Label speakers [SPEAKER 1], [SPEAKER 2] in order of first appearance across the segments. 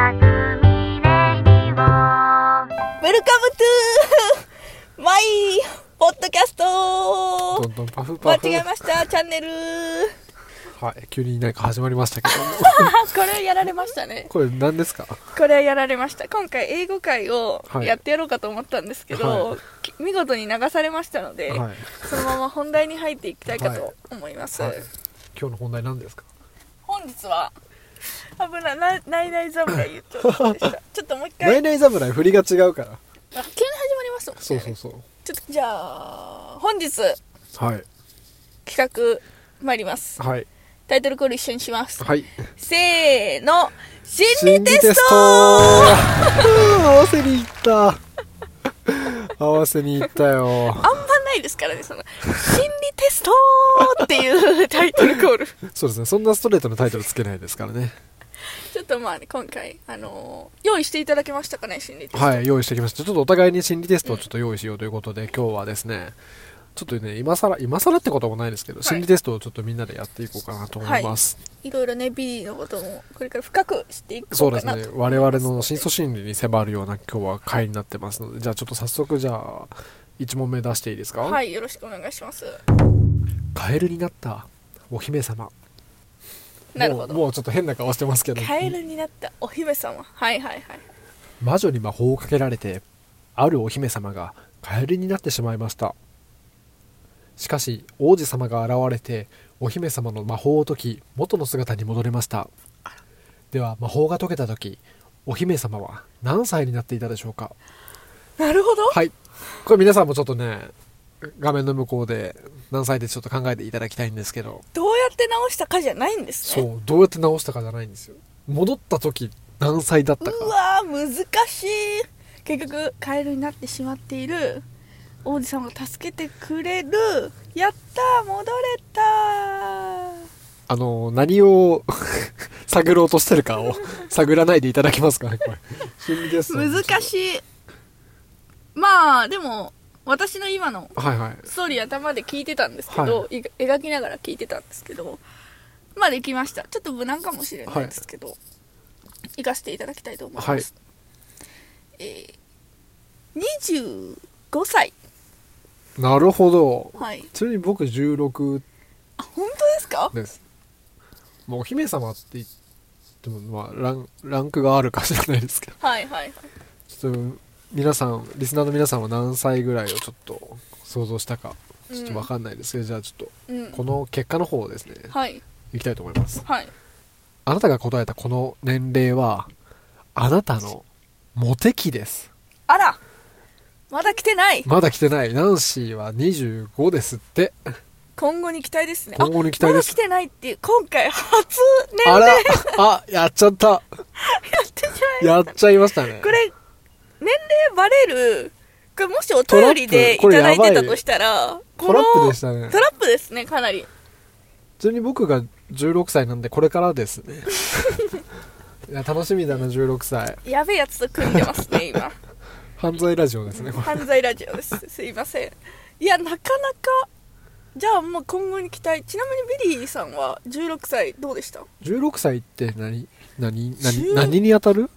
[SPEAKER 1] よ
[SPEAKER 2] どんどんパフ
[SPEAKER 1] 間
[SPEAKER 2] パフ
[SPEAKER 1] 違えましたチャンネル
[SPEAKER 2] はい急に何か始まりましたけど
[SPEAKER 1] これやられましたね
[SPEAKER 2] これ何ですか
[SPEAKER 1] これやられました今回英語会を
[SPEAKER 2] はい
[SPEAKER 1] やってやろうかと思ったんですけど、
[SPEAKER 2] はい
[SPEAKER 1] き見事に流されましたので、
[SPEAKER 2] はい
[SPEAKER 1] そのまま本題に入っていきたいか
[SPEAKER 2] はい
[SPEAKER 1] と思います、
[SPEAKER 2] はい今日の本題何ですか
[SPEAKER 1] 本日は危ないなないない侍言っちゃうでした ちょっともう一
[SPEAKER 2] ナイ
[SPEAKER 1] 回
[SPEAKER 2] ナイ侍振りが違うから
[SPEAKER 1] 急に始まりますもんね
[SPEAKER 2] そうそうそう
[SPEAKER 1] ちょっとじゃあ本日
[SPEAKER 2] はい
[SPEAKER 1] 企画参ります
[SPEAKER 2] はい
[SPEAKER 1] タイトルコール一緒にします
[SPEAKER 2] はい
[SPEAKER 1] せーの心理
[SPEAKER 2] 心理
[SPEAKER 1] テスト
[SPEAKER 2] テスト合わせにいった 合わせにいったよ
[SPEAKER 1] あんまないですからねその心理テストっていうタイトル コール
[SPEAKER 2] そうですねそんなストレートのタイトルつけないですからね
[SPEAKER 1] ちょっとまあね今回あのー用意していただけましたかね心理テスト
[SPEAKER 2] はい用意してきましたちょっとお互いに心理テストをちょっと用意しようということで、今日はですねちょっとね今更今更ってこともないですけど、心理テストをちょっとみんなでやっていこうかなと思います、
[SPEAKER 1] いろいろねビリーのこともこれから深く知っていこ
[SPEAKER 2] そううで
[SPEAKER 1] か
[SPEAKER 2] す
[SPEAKER 1] なと
[SPEAKER 2] ね我々の真相心理に迫るような今日は回になってますのでじゃあちょっと早速じゃあ1問目出していいですか、
[SPEAKER 1] はいよろしくお願いします
[SPEAKER 2] カエルになったお姫様
[SPEAKER 1] なるほど
[SPEAKER 2] もうもうちょっと変な顔してますけど
[SPEAKER 1] カエルになったお姫様はいはいはい
[SPEAKER 2] 魔女に魔法をかけられてあるお姫様がカエルになってしまいましたしかし王子様が現れてお姫様の魔法を解き元の姿に戻れましたでは魔法が解けた時お姫様は何歳になっていたでしょうか
[SPEAKER 1] なるほど
[SPEAKER 2] はいこれ皆さんもちょっとね画面の向こうで何歳でちょっと考えていただきたいんですけど
[SPEAKER 1] どうやって直したかじゃないんです
[SPEAKER 2] そ
[SPEAKER 1] ね
[SPEAKER 2] うどうやって直したかじゃないんですよ戻った時何歳だった
[SPEAKER 1] う
[SPEAKER 2] か
[SPEAKER 1] わー難しい結局カエルになってしまっている王子様が助けてくれるやったー戻れたー
[SPEAKER 2] あの何を 探ろうとしてるかを探らないでいただけますかねこれ心理です
[SPEAKER 1] 難
[SPEAKER 2] い
[SPEAKER 1] しいまあでも私の今の
[SPEAKER 2] はいはい
[SPEAKER 1] ストーリー頭で聞いてたんですけど、
[SPEAKER 2] はい
[SPEAKER 1] が描きながら聞いてたんですけどまあできましたちょっと無難かもしれないですけど、行かせていただきたいと思います、
[SPEAKER 2] はい
[SPEAKER 1] えー、25歳
[SPEAKER 2] なるほど
[SPEAKER 1] はい
[SPEAKER 2] ちなみに僕16
[SPEAKER 1] あ本当ですか
[SPEAKER 2] ですもうお姫様って言ってもまあランランクがあるか知らないですけど
[SPEAKER 1] はいはいはい
[SPEAKER 2] ちょっと皆さんリスナーの皆さんは何歳ぐらいをちょっと想像したかちょっと分かんないですけど、じゃあちょっ
[SPEAKER 1] うん
[SPEAKER 2] とこの結果の方をですね
[SPEAKER 1] はい
[SPEAKER 2] いきたいと思います
[SPEAKER 1] はい
[SPEAKER 2] あなたが答えたこの年齢はあなたのモテ期です
[SPEAKER 1] あらまだ来てない
[SPEAKER 2] まだ来てないナンシーは25ですって
[SPEAKER 1] 今後に期待ですね
[SPEAKER 2] 今後に期待です
[SPEAKER 1] あまだ来てないっていう今回初年
[SPEAKER 2] あ
[SPEAKER 1] 齢
[SPEAKER 2] らあやっちゃった
[SPEAKER 1] ってしまい
[SPEAKER 2] やっちゃいましたね
[SPEAKER 1] これ年齢バレるこれもしお便りでい
[SPEAKER 2] ト
[SPEAKER 1] た
[SPEAKER 2] ラップ
[SPEAKER 1] だいて
[SPEAKER 2] これや
[SPEAKER 1] た
[SPEAKER 2] ばい
[SPEAKER 1] としたらこ
[SPEAKER 2] ト
[SPEAKER 1] の
[SPEAKER 2] ラップでしたね
[SPEAKER 1] トラップですねかなり
[SPEAKER 2] 普通に僕が16歳なんでこれからです ねいや楽しみだな16歳
[SPEAKER 1] やべえやつと組んでますね 今
[SPEAKER 2] 犯罪ラジオですねこれ
[SPEAKER 1] 犯罪ラジオですすいませんいやなかなかじゃあもう今後に期待ちなみにビリーさんは16歳どうでした
[SPEAKER 2] 16歳って何何
[SPEAKER 1] 16
[SPEAKER 2] 何何に当たる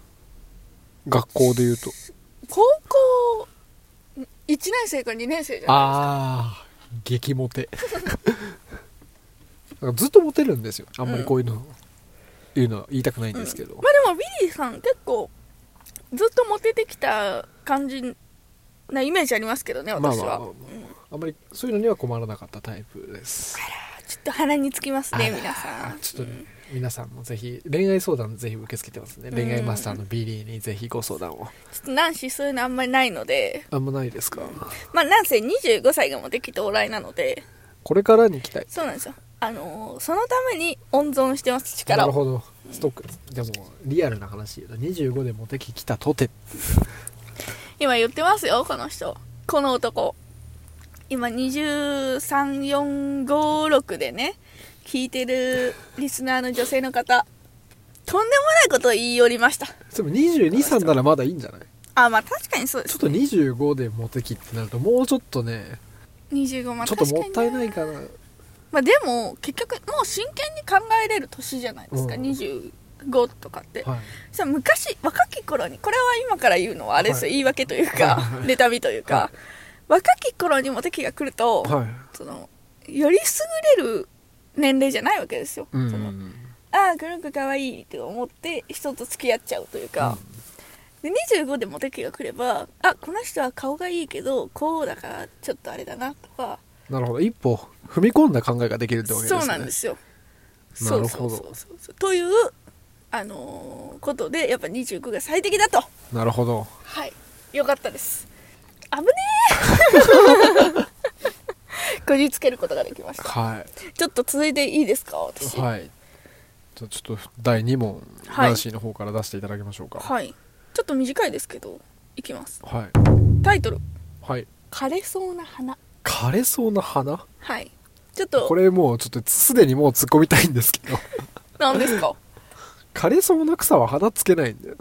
[SPEAKER 2] 学校で言うと
[SPEAKER 1] 高校1年生か2年生じゃない
[SPEAKER 2] ああ激モテ なんかずっとモテるんですよあんまりこういうの、言うのは言いたくないんですけど、
[SPEAKER 1] まあでもビリーさん結構ずっとモテてきた感じなイメージありますけどね
[SPEAKER 2] まあ
[SPEAKER 1] 私
[SPEAKER 2] まあ
[SPEAKER 1] は、
[SPEAKER 2] まあまああんまりそういうのには困らなかったタイプです
[SPEAKER 1] ちょっと鼻につきますね
[SPEAKER 2] あら
[SPEAKER 1] 皆さん
[SPEAKER 2] ちょっとね、皆さんもぜひ恋愛相談ぜひ受け付けてますね、
[SPEAKER 1] うん
[SPEAKER 2] 恋愛マスターのビリーにぜひご相談を
[SPEAKER 1] ちょっとナンシーそういうのあんまりないので
[SPEAKER 2] あんまないですか
[SPEAKER 1] まあなんせ25歳がもうできておらいなので
[SPEAKER 2] これからに期待
[SPEAKER 1] そうなんですよあのーそのために温存してます
[SPEAKER 2] な
[SPEAKER 1] 力
[SPEAKER 2] る
[SPEAKER 1] を
[SPEAKER 2] ほどストックでもリアルな話言うと25でモテ期来たとて
[SPEAKER 1] 今言ってますよこの人この男今234556でね聞いてるリスナーの女性の方とんでもないことを言い寄りました
[SPEAKER 2] でも22歳ならまだいいんじゃない
[SPEAKER 1] あまあ確かにそうで
[SPEAKER 2] ち
[SPEAKER 1] す
[SPEAKER 2] ょっと25でモテ期ってなるともうちょっとね
[SPEAKER 1] 25万
[SPEAKER 2] ちょっともったいないかな
[SPEAKER 1] まあでも結局もう真剣に考えれる年じゃないですか、
[SPEAKER 2] うん
[SPEAKER 1] 25とかって、
[SPEAKER 2] はい
[SPEAKER 1] さ昔若き頃にこれは今から言うのはあれですよ、
[SPEAKER 2] はい
[SPEAKER 1] 言い訳というか
[SPEAKER 2] はい
[SPEAKER 1] 妬みというか、若き頃にモテ期が来ると、
[SPEAKER 2] はい
[SPEAKER 1] そのより優れる年齢じゃないわけですよ、
[SPEAKER 2] うん
[SPEAKER 1] そのああこの子かわいいって思って人と付き合っちゃうというか、で25でモテ期が来ればあこの人は顔がいいけどこうだからちょっとあれだなとか
[SPEAKER 2] なるほど一歩踏み込んだ考えができるってわけですね
[SPEAKER 1] そうなんですよ。
[SPEAKER 2] なるほど
[SPEAKER 1] そうそうそうそうという、あのーことでやっぱ29が最適だと
[SPEAKER 2] なるほど
[SPEAKER 1] はいよかったです危ね えこじつけることができました
[SPEAKER 2] は
[SPEAKER 1] ちょっと続いていいですか私
[SPEAKER 2] いはいじゃあちょっと第2問、
[SPEAKER 1] はい
[SPEAKER 2] ナンシーの方から出していただきましょうか
[SPEAKER 1] はいちょっと短いですけどいきます
[SPEAKER 2] はい
[SPEAKER 1] タイトル
[SPEAKER 2] はい
[SPEAKER 1] 「枯れそうな花
[SPEAKER 2] 枯れそうな花」
[SPEAKER 1] はいちょっと
[SPEAKER 2] これもうちょっとすでにもう突っ込みたいんですけど
[SPEAKER 1] なんですか
[SPEAKER 2] 枯れそうな草は花つけないんだよね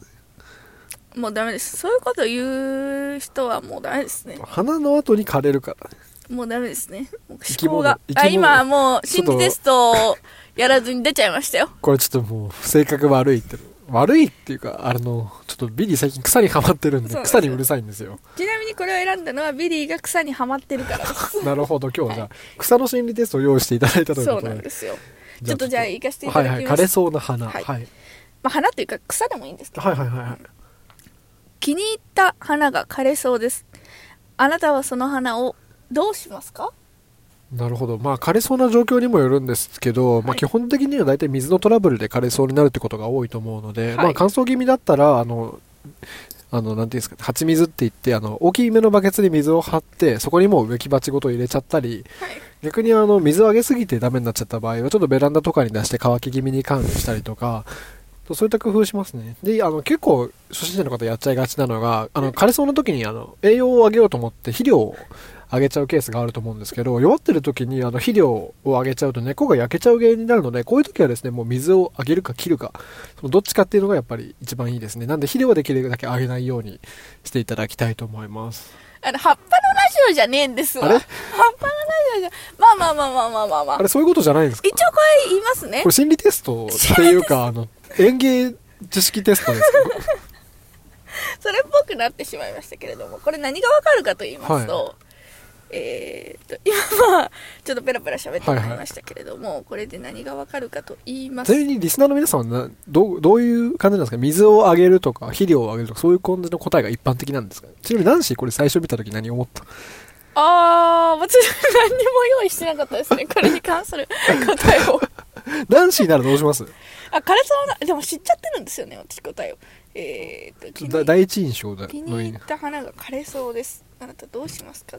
[SPEAKER 1] もうダメですそういうこと言う人はもうダメですね
[SPEAKER 2] 花の後に枯れるから
[SPEAKER 1] もうダメですね。もう
[SPEAKER 2] 生き
[SPEAKER 1] 思考
[SPEAKER 2] 物
[SPEAKER 1] が。
[SPEAKER 2] 生き
[SPEAKER 1] あ、
[SPEAKER 2] 物
[SPEAKER 1] 今もう心理テストをやらずに出ちゃいましたよ。
[SPEAKER 2] これちょっともう性格悪いって悪いっていうかあのちょっとビリー最近草にはまってるん
[SPEAKER 1] そう
[SPEAKER 2] で
[SPEAKER 1] なんです
[SPEAKER 2] 草にうるさいんですよ
[SPEAKER 1] ちなみにこれを選んだのはビリーが草にはまってる からです。
[SPEAKER 2] なるほど今日はじゃあ草の心理テストを用意していただいたという
[SPEAKER 1] そ
[SPEAKER 2] こ
[SPEAKER 1] う
[SPEAKER 2] と
[SPEAKER 1] な
[SPEAKER 2] で
[SPEAKER 1] んですよ。ちょっとじゃあ行かせてい
[SPEAKER 2] は
[SPEAKER 1] た
[SPEAKER 2] い
[SPEAKER 1] だ
[SPEAKER 2] はい
[SPEAKER 1] き
[SPEAKER 2] 枯
[SPEAKER 1] ま
[SPEAKER 2] れ
[SPEAKER 1] す。
[SPEAKER 2] そうな花は
[SPEAKER 1] はいい
[SPEAKER 2] はい
[SPEAKER 1] まあ花というか草でもいいんですけど。
[SPEAKER 2] はいはいはい
[SPEAKER 1] 気に入った花が枯れそうです。あなたはその花をどうしますか
[SPEAKER 2] なるほどまあ枯れそうな状況にもよるんですけど、ま
[SPEAKER 1] は
[SPEAKER 2] あ、
[SPEAKER 1] い
[SPEAKER 2] 基本的には大体水のトラブルで枯れそうになるってことが多いと思うので、
[SPEAKER 1] はい
[SPEAKER 2] まあ、乾燥気味だったらあのあのなんていうんですか鉢水って言ってあの大きい目のバケツに水を張ってそこにもう植木鉢ごと入れちゃったり
[SPEAKER 1] はい。
[SPEAKER 2] 逆にあの水をあげすぎてダメになっちゃった場合はちょっとベランダとかに出して乾き気味に管理したりとかそういった工夫しますねであの結構初心者の方やっちゃいがちなのがあの枯れそうな時にあの栄養をあげようと思って肥料をあげちゃうケースがあると思うんですけど弱ってる時にあの肥料をあげちゃうと根っこが焼けちゃう原因になるのでこういう時はですねもう水をあげるか切るかそのどっちかっていうのがやっぱり一番いいですねなんで肥料はできるだけあげないようにしていただきたいと思います
[SPEAKER 1] あの、葉っぱのラジオじゃねえんですわ。
[SPEAKER 2] あれ
[SPEAKER 1] 葉っぱのラジオじゃ、まあまあまあまあまあまあまあ
[SPEAKER 2] あ。れそういうことじゃないんですか
[SPEAKER 1] 一応これ言いますね
[SPEAKER 2] これ。心理テストってい うかあの園芸知識テストですけど
[SPEAKER 1] それっぽくなってしまいましたけれどもこれ何がわかるかと言いますと、えー、と今はちょっとペラペラ喋ってもらいましたけれども、これで何がわかるかと言いま
[SPEAKER 2] ち
[SPEAKER 1] す
[SPEAKER 2] なみにリスナーの皆さんはなどうどういう感じなんですか水をあげるとか肥料をあげるとかそういう感じの答えが一般的なんですかちなみにナンシーこれ最初見た時何思った
[SPEAKER 1] あーもちろん何にも用意してなかったですねこれに関する 答えを
[SPEAKER 2] ナンシーならどうします
[SPEAKER 1] あ枯れそうなでも知っちゃってるんですよね私答えをえー、と
[SPEAKER 2] ち
[SPEAKER 1] 気
[SPEAKER 2] ょっ
[SPEAKER 1] に
[SPEAKER 2] とだ第一印象だ
[SPEAKER 1] 気
[SPEAKER 2] の
[SPEAKER 1] に
[SPEAKER 2] いい
[SPEAKER 1] 入った花が枯れそうですあなたどうしますか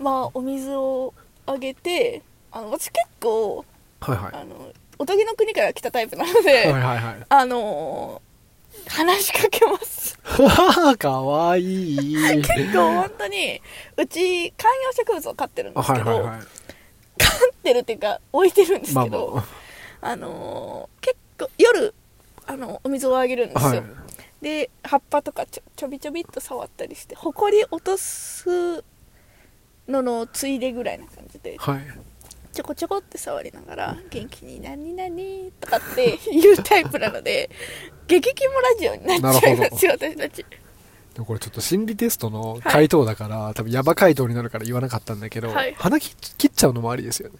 [SPEAKER 1] まあお水をあげてあの私結構
[SPEAKER 2] はいはい
[SPEAKER 1] あのおとぎの国から来たタイプなので、
[SPEAKER 2] はいはいはい
[SPEAKER 1] あのー話しかけます。
[SPEAKER 2] は かわ いい
[SPEAKER 1] 結構本当に、うち観葉植物を飼ってるん
[SPEAKER 2] あ
[SPEAKER 1] です
[SPEAKER 2] は
[SPEAKER 1] け
[SPEAKER 2] い
[SPEAKER 1] ど、
[SPEAKER 2] はいはい
[SPEAKER 1] 飼ってるっていうか置いてるんです
[SPEAKER 2] まあ
[SPEAKER 1] け
[SPEAKER 2] ま
[SPEAKER 1] ど、あのー結構夜、あのお水をあげるんで
[SPEAKER 2] あ
[SPEAKER 1] す
[SPEAKER 2] は
[SPEAKER 1] よ。
[SPEAKER 2] い
[SPEAKER 1] で葉っぱとかちょちょびちょびっと触ったりしてほこり落とすののついでぐらいな感じで
[SPEAKER 2] はい
[SPEAKER 1] ちょこちょこって触りながら「元気に何々」とかって 言うタイプなので激キモラジオになっちゃいますよ私たち
[SPEAKER 2] でもこれちょっと心理テストの回答だから、多分ヤバ回答になるから言わなかったんだけど、
[SPEAKER 1] はい
[SPEAKER 2] 鼻切切っちゃうのもありですよね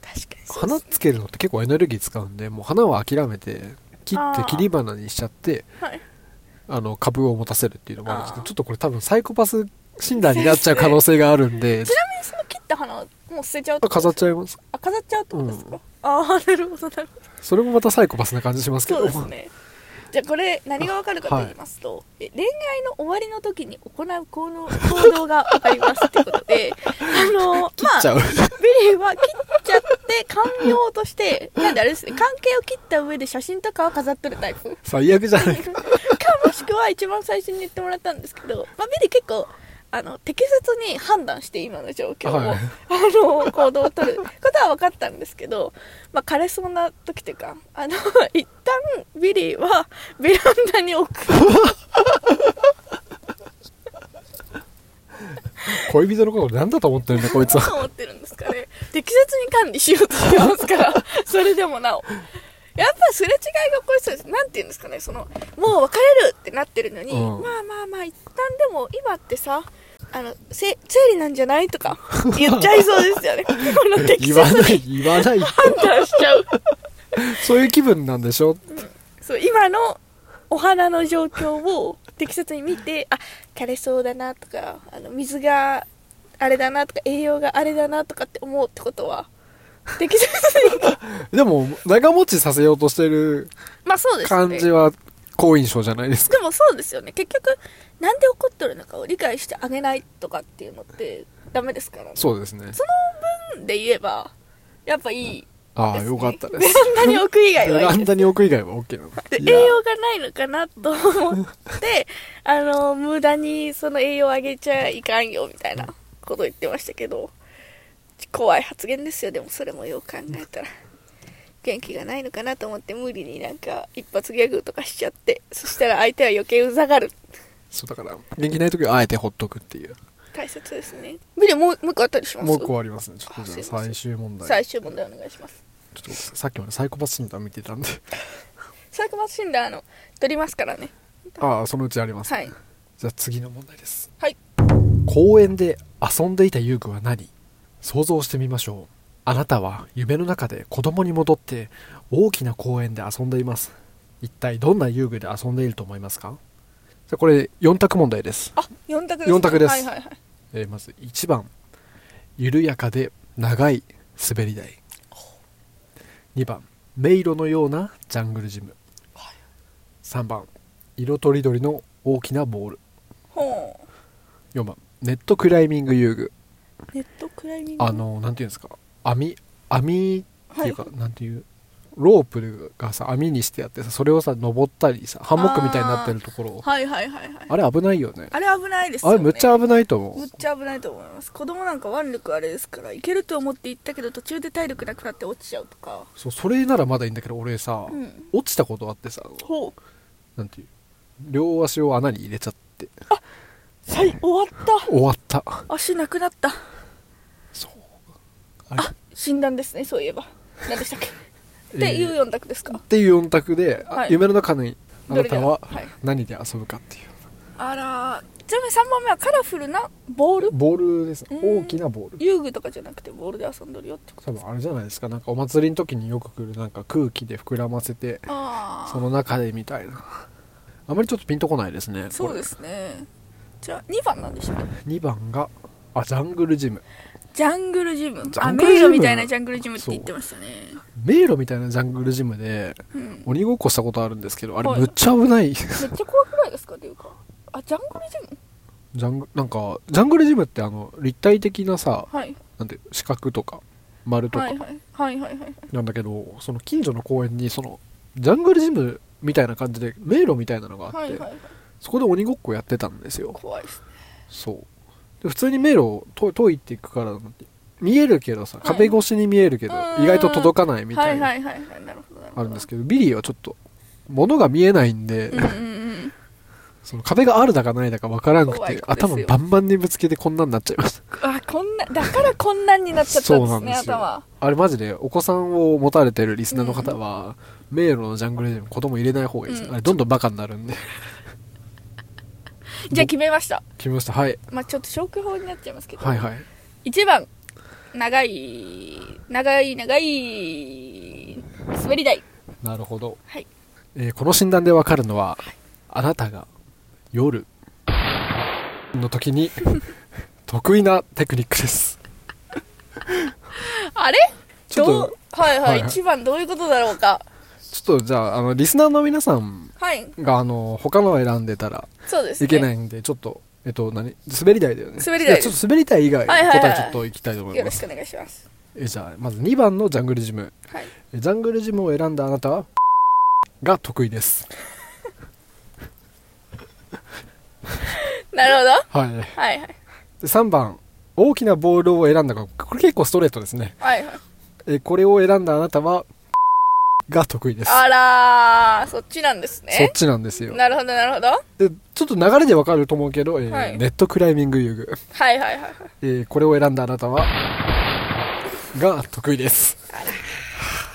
[SPEAKER 1] 確かにそうで
[SPEAKER 2] 花
[SPEAKER 1] す
[SPEAKER 2] つけるのって結構エネルギー使うんでもう花は諦めて切
[SPEAKER 1] あ
[SPEAKER 2] って
[SPEAKER 1] ー
[SPEAKER 2] 切り花にしちゃって
[SPEAKER 1] はい
[SPEAKER 2] あの株を持たせるっていうのもあるんですけ
[SPEAKER 1] あ
[SPEAKER 2] ど
[SPEAKER 1] ー
[SPEAKER 2] ちょっとこれ多分サイコパス診断になっちゃう可能性がある んで
[SPEAKER 1] ちなみにその切った花はもう捨てちゃうってこと
[SPEAKER 2] あ飾っ
[SPEAKER 1] ですか
[SPEAKER 2] ちゃいます
[SPEAKER 1] あ飾っちゃうってことですか、
[SPEAKER 2] うん
[SPEAKER 1] ああなるほどなるほど
[SPEAKER 2] それもまたサイコパスな感じしますけ
[SPEAKER 1] そうで
[SPEAKER 2] ど
[SPEAKER 1] すねじゃあこれ何がわかるかと言いますと、え恋愛の終わりの時に行う行動行動がわかりますってこと であの
[SPEAKER 2] 切っちゃう、
[SPEAKER 1] まあビリーは切っちゃって寛容としてなんであれですね関係を切った上で写真とかは飾ってるタイプ
[SPEAKER 2] 最悪じゃないか
[SPEAKER 1] かもしくは一番最初に言ってもらったんですけど、まあ、ビリー結構あの適切に判断して今の状況を、
[SPEAKER 2] はい
[SPEAKER 1] あの行動をとることは分かったんですけど、まあ、枯れそうな時というかあの 一旦ビリーはベランダに置く
[SPEAKER 2] 恋人のこと何だと思ってる んだこいつは
[SPEAKER 1] と思ってるんですかね適切に管理しようとしてますからそれでもなおやっぱすれ違いが起こりそうですなんて言うんですかねそのもう別れるってなってるのに、
[SPEAKER 2] うん
[SPEAKER 1] まあまあまあ一旦でも今ってさあの、せ、生理なんじゃないとか言っちゃいそうですよね。この適
[SPEAKER 2] 言わな
[SPEAKER 1] 切
[SPEAKER 2] い
[SPEAKER 1] に
[SPEAKER 2] 言わない
[SPEAKER 1] 判断しちゃう。
[SPEAKER 2] そういう気分なんでしょ
[SPEAKER 1] そう、今のお花の状況を適切に見て、あ、枯れそうだなとか、あの、水があれだなとか、栄養があれだなとかって思うってことは、適切に。
[SPEAKER 2] でも長持ちさせようとしてる
[SPEAKER 1] まあそうですよ
[SPEAKER 2] 感
[SPEAKER 1] ね。
[SPEAKER 2] じは好印象じゃないですか
[SPEAKER 1] でもそうですよね。結局、なんで怒ってるのかを理解してあげないとかっていうのって、ダメですからね。
[SPEAKER 2] そうですね
[SPEAKER 1] で言えば、やっぱいい。
[SPEAKER 2] ああよかったで
[SPEAKER 1] ベ
[SPEAKER 2] す
[SPEAKER 1] ランダに置く以外
[SPEAKER 2] ベ
[SPEAKER 1] はい
[SPEAKER 2] ラ
[SPEAKER 1] い
[SPEAKER 2] ン
[SPEAKER 1] です
[SPEAKER 2] ダに置く以外は OK なの
[SPEAKER 1] で
[SPEAKER 2] いや
[SPEAKER 1] 栄養がないのかなと思 って、あの、無駄にその栄養をあげちゃいかんよみたいなこと言ってましたけど、怖い発言ですよ、でもそれもよく考えたら。元気がないのかなと思って無理になんか一発ギャグとかしちゃって、そしたら相手は余計うざがる。
[SPEAKER 2] そうだから元気ない時はあえてほっとくっていう
[SPEAKER 1] 大切ですね。ビリーもうもう一個あったりします
[SPEAKER 2] もう一個ありますねちょっとじゃ
[SPEAKER 1] あ
[SPEAKER 2] あ
[SPEAKER 1] すいません
[SPEAKER 2] 最終問題
[SPEAKER 1] 最終問題お願いします。
[SPEAKER 2] ちょっとさっきまでサイコパス診断見 てたんで
[SPEAKER 1] サイコパス診断、あの、取りますからね。
[SPEAKER 2] ああそのうちあります、
[SPEAKER 1] はい。
[SPEAKER 2] じゃあ次の問題です
[SPEAKER 1] はい。
[SPEAKER 2] 公園で遊んでいた遊具は何想像してみましょうあなたは夢の中で子供に戻って大きな公園で遊んでいます一体どんな遊具で遊んでいると思いますかじゃあこれ4択問題です、
[SPEAKER 1] あ、4択です、
[SPEAKER 2] 四択です
[SPEAKER 1] はいはいはい。
[SPEAKER 2] えーまず1番緩やかで長い滑り台2番迷路のようなジャングルジム3番色とりどりの大きなボール
[SPEAKER 1] ほう。
[SPEAKER 2] 4番ネットクライミング遊具
[SPEAKER 1] ネットクライミング
[SPEAKER 2] あのなんていうんですか網網っていうか、
[SPEAKER 1] は
[SPEAKER 2] なんていうロープがさ網にしてあってさそれをさ登ったりさハンモックみたいになってるところあ
[SPEAKER 1] はいはいはいはい
[SPEAKER 2] れ危ないよね
[SPEAKER 1] あれ危ないですよ、
[SPEAKER 2] あ
[SPEAKER 1] ね、
[SPEAKER 2] れむっちゃ危ないと思
[SPEAKER 1] むっ
[SPEAKER 2] う
[SPEAKER 1] ちゃ危ないと思います子供なんか腕力あれですからいけると思って行ったけど途中で体力なくなって落ちちゃうとか
[SPEAKER 2] そうそれならまだいいんだけど俺さ、
[SPEAKER 1] うん
[SPEAKER 2] 落ちたことあってさ
[SPEAKER 1] ほう
[SPEAKER 2] なんていう両足を穴に入れちゃって
[SPEAKER 1] 最終わっ
[SPEAKER 2] 終わった
[SPEAKER 1] た足なくなった
[SPEAKER 2] そうあれっ
[SPEAKER 1] 診断ですねそういえば何でしたっけ
[SPEAKER 2] えー
[SPEAKER 1] っていう4択ですか
[SPEAKER 2] ていう4択で、あ
[SPEAKER 1] はい
[SPEAKER 2] 夢の中にあなたは
[SPEAKER 1] どれだはい
[SPEAKER 2] 何で遊ぶかっていう、
[SPEAKER 1] あらーちなみに3番目はカラフルなボール
[SPEAKER 2] ボールですね
[SPEAKER 1] うん
[SPEAKER 2] 大きなボール
[SPEAKER 1] 遊具とかじゃなくてボールで遊んどるよってこと
[SPEAKER 2] 多分あれじゃないですかなんかお祭りの時によく来るなんか空気で膨らませて
[SPEAKER 1] あ
[SPEAKER 2] そ
[SPEAKER 1] あ
[SPEAKER 2] の中でみたいなあまりちょっとピンとこないですね
[SPEAKER 1] そうですねじゃあ2番なんでしょうか
[SPEAKER 2] 2番があジャングルジム
[SPEAKER 1] ジャングルジム
[SPEAKER 2] ジ
[SPEAKER 1] あ
[SPEAKER 2] ャン
[SPEAKER 1] 迷
[SPEAKER 2] グルジム
[SPEAKER 1] 路みたいなジャングルジムって言ってましたね
[SPEAKER 2] 迷路みたいなジャングルジムで
[SPEAKER 1] うん
[SPEAKER 2] 鬼ごっこしたことあるんですけどあれ
[SPEAKER 1] はい
[SPEAKER 2] むっちゃ危ないジ
[SPEAKER 1] めっちゃ怖くないですかっていうかあジャングルジム
[SPEAKER 2] ャングなんかジャングルジムってあの立体的なさ
[SPEAKER 1] はい
[SPEAKER 2] なんていう四角とか丸と
[SPEAKER 1] は
[SPEAKER 2] か
[SPEAKER 1] いはいはいはいはい
[SPEAKER 2] なんだけど、その近所の公園にそのジャングルジムみたいな感じで迷路みたいなのがあって、
[SPEAKER 1] はいはい
[SPEAKER 2] そこで鬼ごっこやってたんですよ
[SPEAKER 1] 怖いですね
[SPEAKER 2] そうで普通に迷路をと解いていくからなんて見えるけどさ
[SPEAKER 1] はい
[SPEAKER 2] 壁越しに見えるけど、
[SPEAKER 1] うん
[SPEAKER 2] 意外と届かないみ
[SPEAKER 1] は
[SPEAKER 2] た
[SPEAKER 1] い
[SPEAKER 2] いな、
[SPEAKER 1] はいはいはいなるほどなるほど
[SPEAKER 2] あるんですけどビリーはちょっと物が見えないんで、
[SPEAKER 1] うんうん
[SPEAKER 2] その壁があるだかないだかわからなく
[SPEAKER 1] 怖い
[SPEAKER 2] て
[SPEAKER 1] 子ですよ
[SPEAKER 2] 頭バンバンにぶつけてこんなになっちゃいました
[SPEAKER 1] うんあこんなだからこんなんになっちゃったんで
[SPEAKER 2] そうな
[SPEAKER 1] す
[SPEAKER 2] ん
[SPEAKER 1] ね
[SPEAKER 2] ですよ
[SPEAKER 1] 頭
[SPEAKER 2] あれマジでお子さんを持たれてるリスナーの方は、迷路のジャングルジム子供入れない方がいいです、
[SPEAKER 1] うん
[SPEAKER 2] あれどんどんバカになる んで
[SPEAKER 1] じゃあ決めました
[SPEAKER 2] 決めましたはい
[SPEAKER 1] まあちょっと消去法になっちゃいますけど
[SPEAKER 2] はいはい
[SPEAKER 1] 1番長い長い長い滑り台
[SPEAKER 2] なるほど、
[SPEAKER 1] はい
[SPEAKER 2] えーこの診断でわかるのはあなたが夜の時に 得意なテクニックです
[SPEAKER 1] あれ
[SPEAKER 2] ちょっ
[SPEAKER 1] どう
[SPEAKER 2] と
[SPEAKER 1] はいは、
[SPEAKER 2] はいいはい
[SPEAKER 1] 一番どういうことだろうか
[SPEAKER 2] ちょっとじゃああのリスナーの皆さん
[SPEAKER 1] はい
[SPEAKER 2] があの他のを選んでたら
[SPEAKER 1] そうですね
[SPEAKER 2] いけないんでちょっとえっと何滑り台だよね
[SPEAKER 1] 滑り台
[SPEAKER 2] いやちょっと滑り台以外
[SPEAKER 1] はいはいはい
[SPEAKER 2] 答えちょっといきたいと思い
[SPEAKER 1] よ
[SPEAKER 2] ま
[SPEAKER 1] ろ
[SPEAKER 2] す、
[SPEAKER 1] しくお願いします
[SPEAKER 2] えじゃあまず2番のジャングルジム
[SPEAKER 1] はい
[SPEAKER 2] えジャングルジムを選んだあなたはが得意です
[SPEAKER 1] なるほど
[SPEAKER 2] はい
[SPEAKER 1] はいはい
[SPEAKER 2] で3番大きなボールを選んだがこれ結構ストレートですね
[SPEAKER 1] はいはい
[SPEAKER 2] えーこれを選んだあなたはが得意です
[SPEAKER 1] あらーそっちなんです
[SPEAKER 2] そっ
[SPEAKER 1] ね
[SPEAKER 2] ちなんですよ
[SPEAKER 1] なるほどなるほどは
[SPEAKER 2] でちょっと流れでわかると思うけど、えー
[SPEAKER 1] はい
[SPEAKER 2] ネットクライミング遊具、
[SPEAKER 1] いはいはい
[SPEAKER 2] えーこれを選んだあなたはが得意です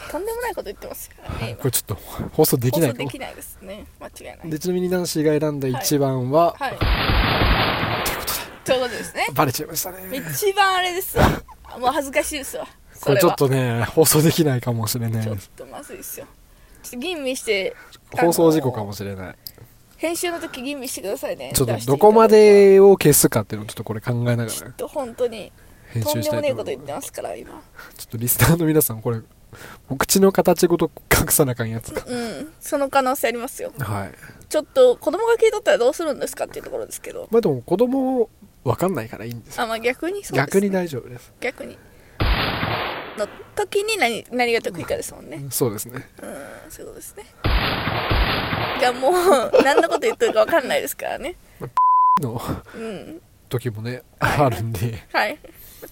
[SPEAKER 1] とんでもないこと言ってますからね
[SPEAKER 2] これちょっと放送で
[SPEAKER 1] 放
[SPEAKER 2] き
[SPEAKER 1] 送
[SPEAKER 2] ないか
[SPEAKER 1] で
[SPEAKER 2] も
[SPEAKER 1] きないですね間違いない
[SPEAKER 2] でちなみにナンシーが選んだ1番は、
[SPEAKER 1] はい
[SPEAKER 2] ということで
[SPEAKER 1] ということですね
[SPEAKER 2] バレちゃいましたね
[SPEAKER 1] 一番あれですわもう恥ずかしいですわ
[SPEAKER 2] これちょっ
[SPEAKER 1] と
[SPEAKER 2] とね放送できないかもしれない
[SPEAKER 1] ちょっ
[SPEAKER 2] です
[SPEAKER 1] とまずいですよちょっと吟味してあの
[SPEAKER 2] 放送事故かもしれない
[SPEAKER 1] 編集の時吟味してくださいね
[SPEAKER 2] ちょっと
[SPEAKER 1] 出してい
[SPEAKER 2] ど
[SPEAKER 1] ただ
[SPEAKER 2] こ
[SPEAKER 1] いたら
[SPEAKER 2] までを消すかっていうのをちょっとこれ考えながら
[SPEAKER 1] ちょっと本当に
[SPEAKER 2] 編
[SPEAKER 1] とん
[SPEAKER 2] 集し
[SPEAKER 1] で
[SPEAKER 2] た
[SPEAKER 1] も
[SPEAKER 2] い
[SPEAKER 1] ね
[SPEAKER 2] と
[SPEAKER 1] えこ
[SPEAKER 2] 思
[SPEAKER 1] と
[SPEAKER 2] い
[SPEAKER 1] 言っ
[SPEAKER 2] ます
[SPEAKER 1] てますから今
[SPEAKER 2] ちょっとリスナーの皆さんこれお口の形ごと隠さなあかんやつか
[SPEAKER 1] うんその可能性ありますよ
[SPEAKER 2] はい
[SPEAKER 1] ちょっと子供が聞いとったらどうするんですかっていうところですけど
[SPEAKER 2] まあでも子供わかんないからいいんですよ
[SPEAKER 1] あまあ逆にそうです、
[SPEAKER 2] 逆に大丈夫です
[SPEAKER 1] 逆にの時に何何が得意かですもんね
[SPEAKER 2] そうですね
[SPEAKER 1] うんそういうことですねいやもう 何のこと言ってるか分かんないですからね
[SPEAKER 2] の
[SPEAKER 1] うん
[SPEAKER 2] 時もねあるんで
[SPEAKER 1] はい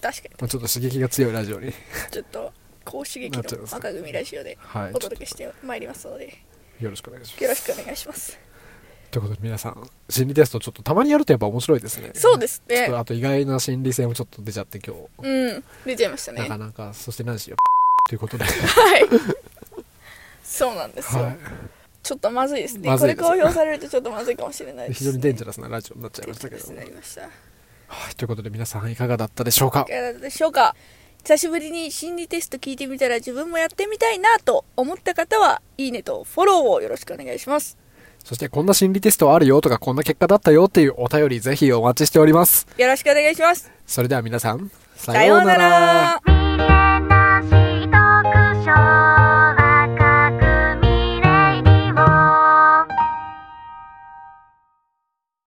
[SPEAKER 1] 確かに
[SPEAKER 2] まあちょっと刺激が強いラジオに
[SPEAKER 1] ちょっと高刺激
[SPEAKER 2] なっちゃいま
[SPEAKER 1] の
[SPEAKER 2] す
[SPEAKER 1] 赤組ラジオでお
[SPEAKER 2] はいちょっ
[SPEAKER 1] 届けしてまいりますので
[SPEAKER 2] とよろしくお願いします
[SPEAKER 1] よろしくお願いします
[SPEAKER 2] ということで皆さん心理テストちょっとたまにやるとやっぱ面白いですね
[SPEAKER 1] そうです
[SPEAKER 2] ちょっと
[SPEAKER 1] ね
[SPEAKER 2] あと意外な心理性もちょっと出ちゃって今日
[SPEAKER 1] うん出ちゃいました
[SPEAKER 2] な
[SPEAKER 1] ね
[SPEAKER 2] かなかそして何しようということで
[SPEAKER 1] はいそうなんですよ、
[SPEAKER 2] はい
[SPEAKER 1] ちょっとまずいですね
[SPEAKER 2] まずいです
[SPEAKER 1] これ公表されるとちょっとまずいかもしれないです、
[SPEAKER 2] 非
[SPEAKER 1] ね、
[SPEAKER 2] 常にデンジャラスなラジオになっちゃい
[SPEAKER 1] デン
[SPEAKER 2] まし
[SPEAKER 1] ジャ
[SPEAKER 2] たけ
[SPEAKER 1] ラ
[SPEAKER 2] ど
[SPEAKER 1] スになりました
[SPEAKER 2] はいということで皆さんいかがだったでしょうか
[SPEAKER 1] いかがでしょうか久しぶりに心理テスト聞いてみたら自分もやってみたいなと思った方はいいねとフォローをよろしくお願いします
[SPEAKER 2] そしてこんな心理テストあるよとかこんな結果だったよっていうお便りぜひお待ちしております
[SPEAKER 1] よろしくお願いします
[SPEAKER 2] それでは皆さんさ
[SPEAKER 1] さようなら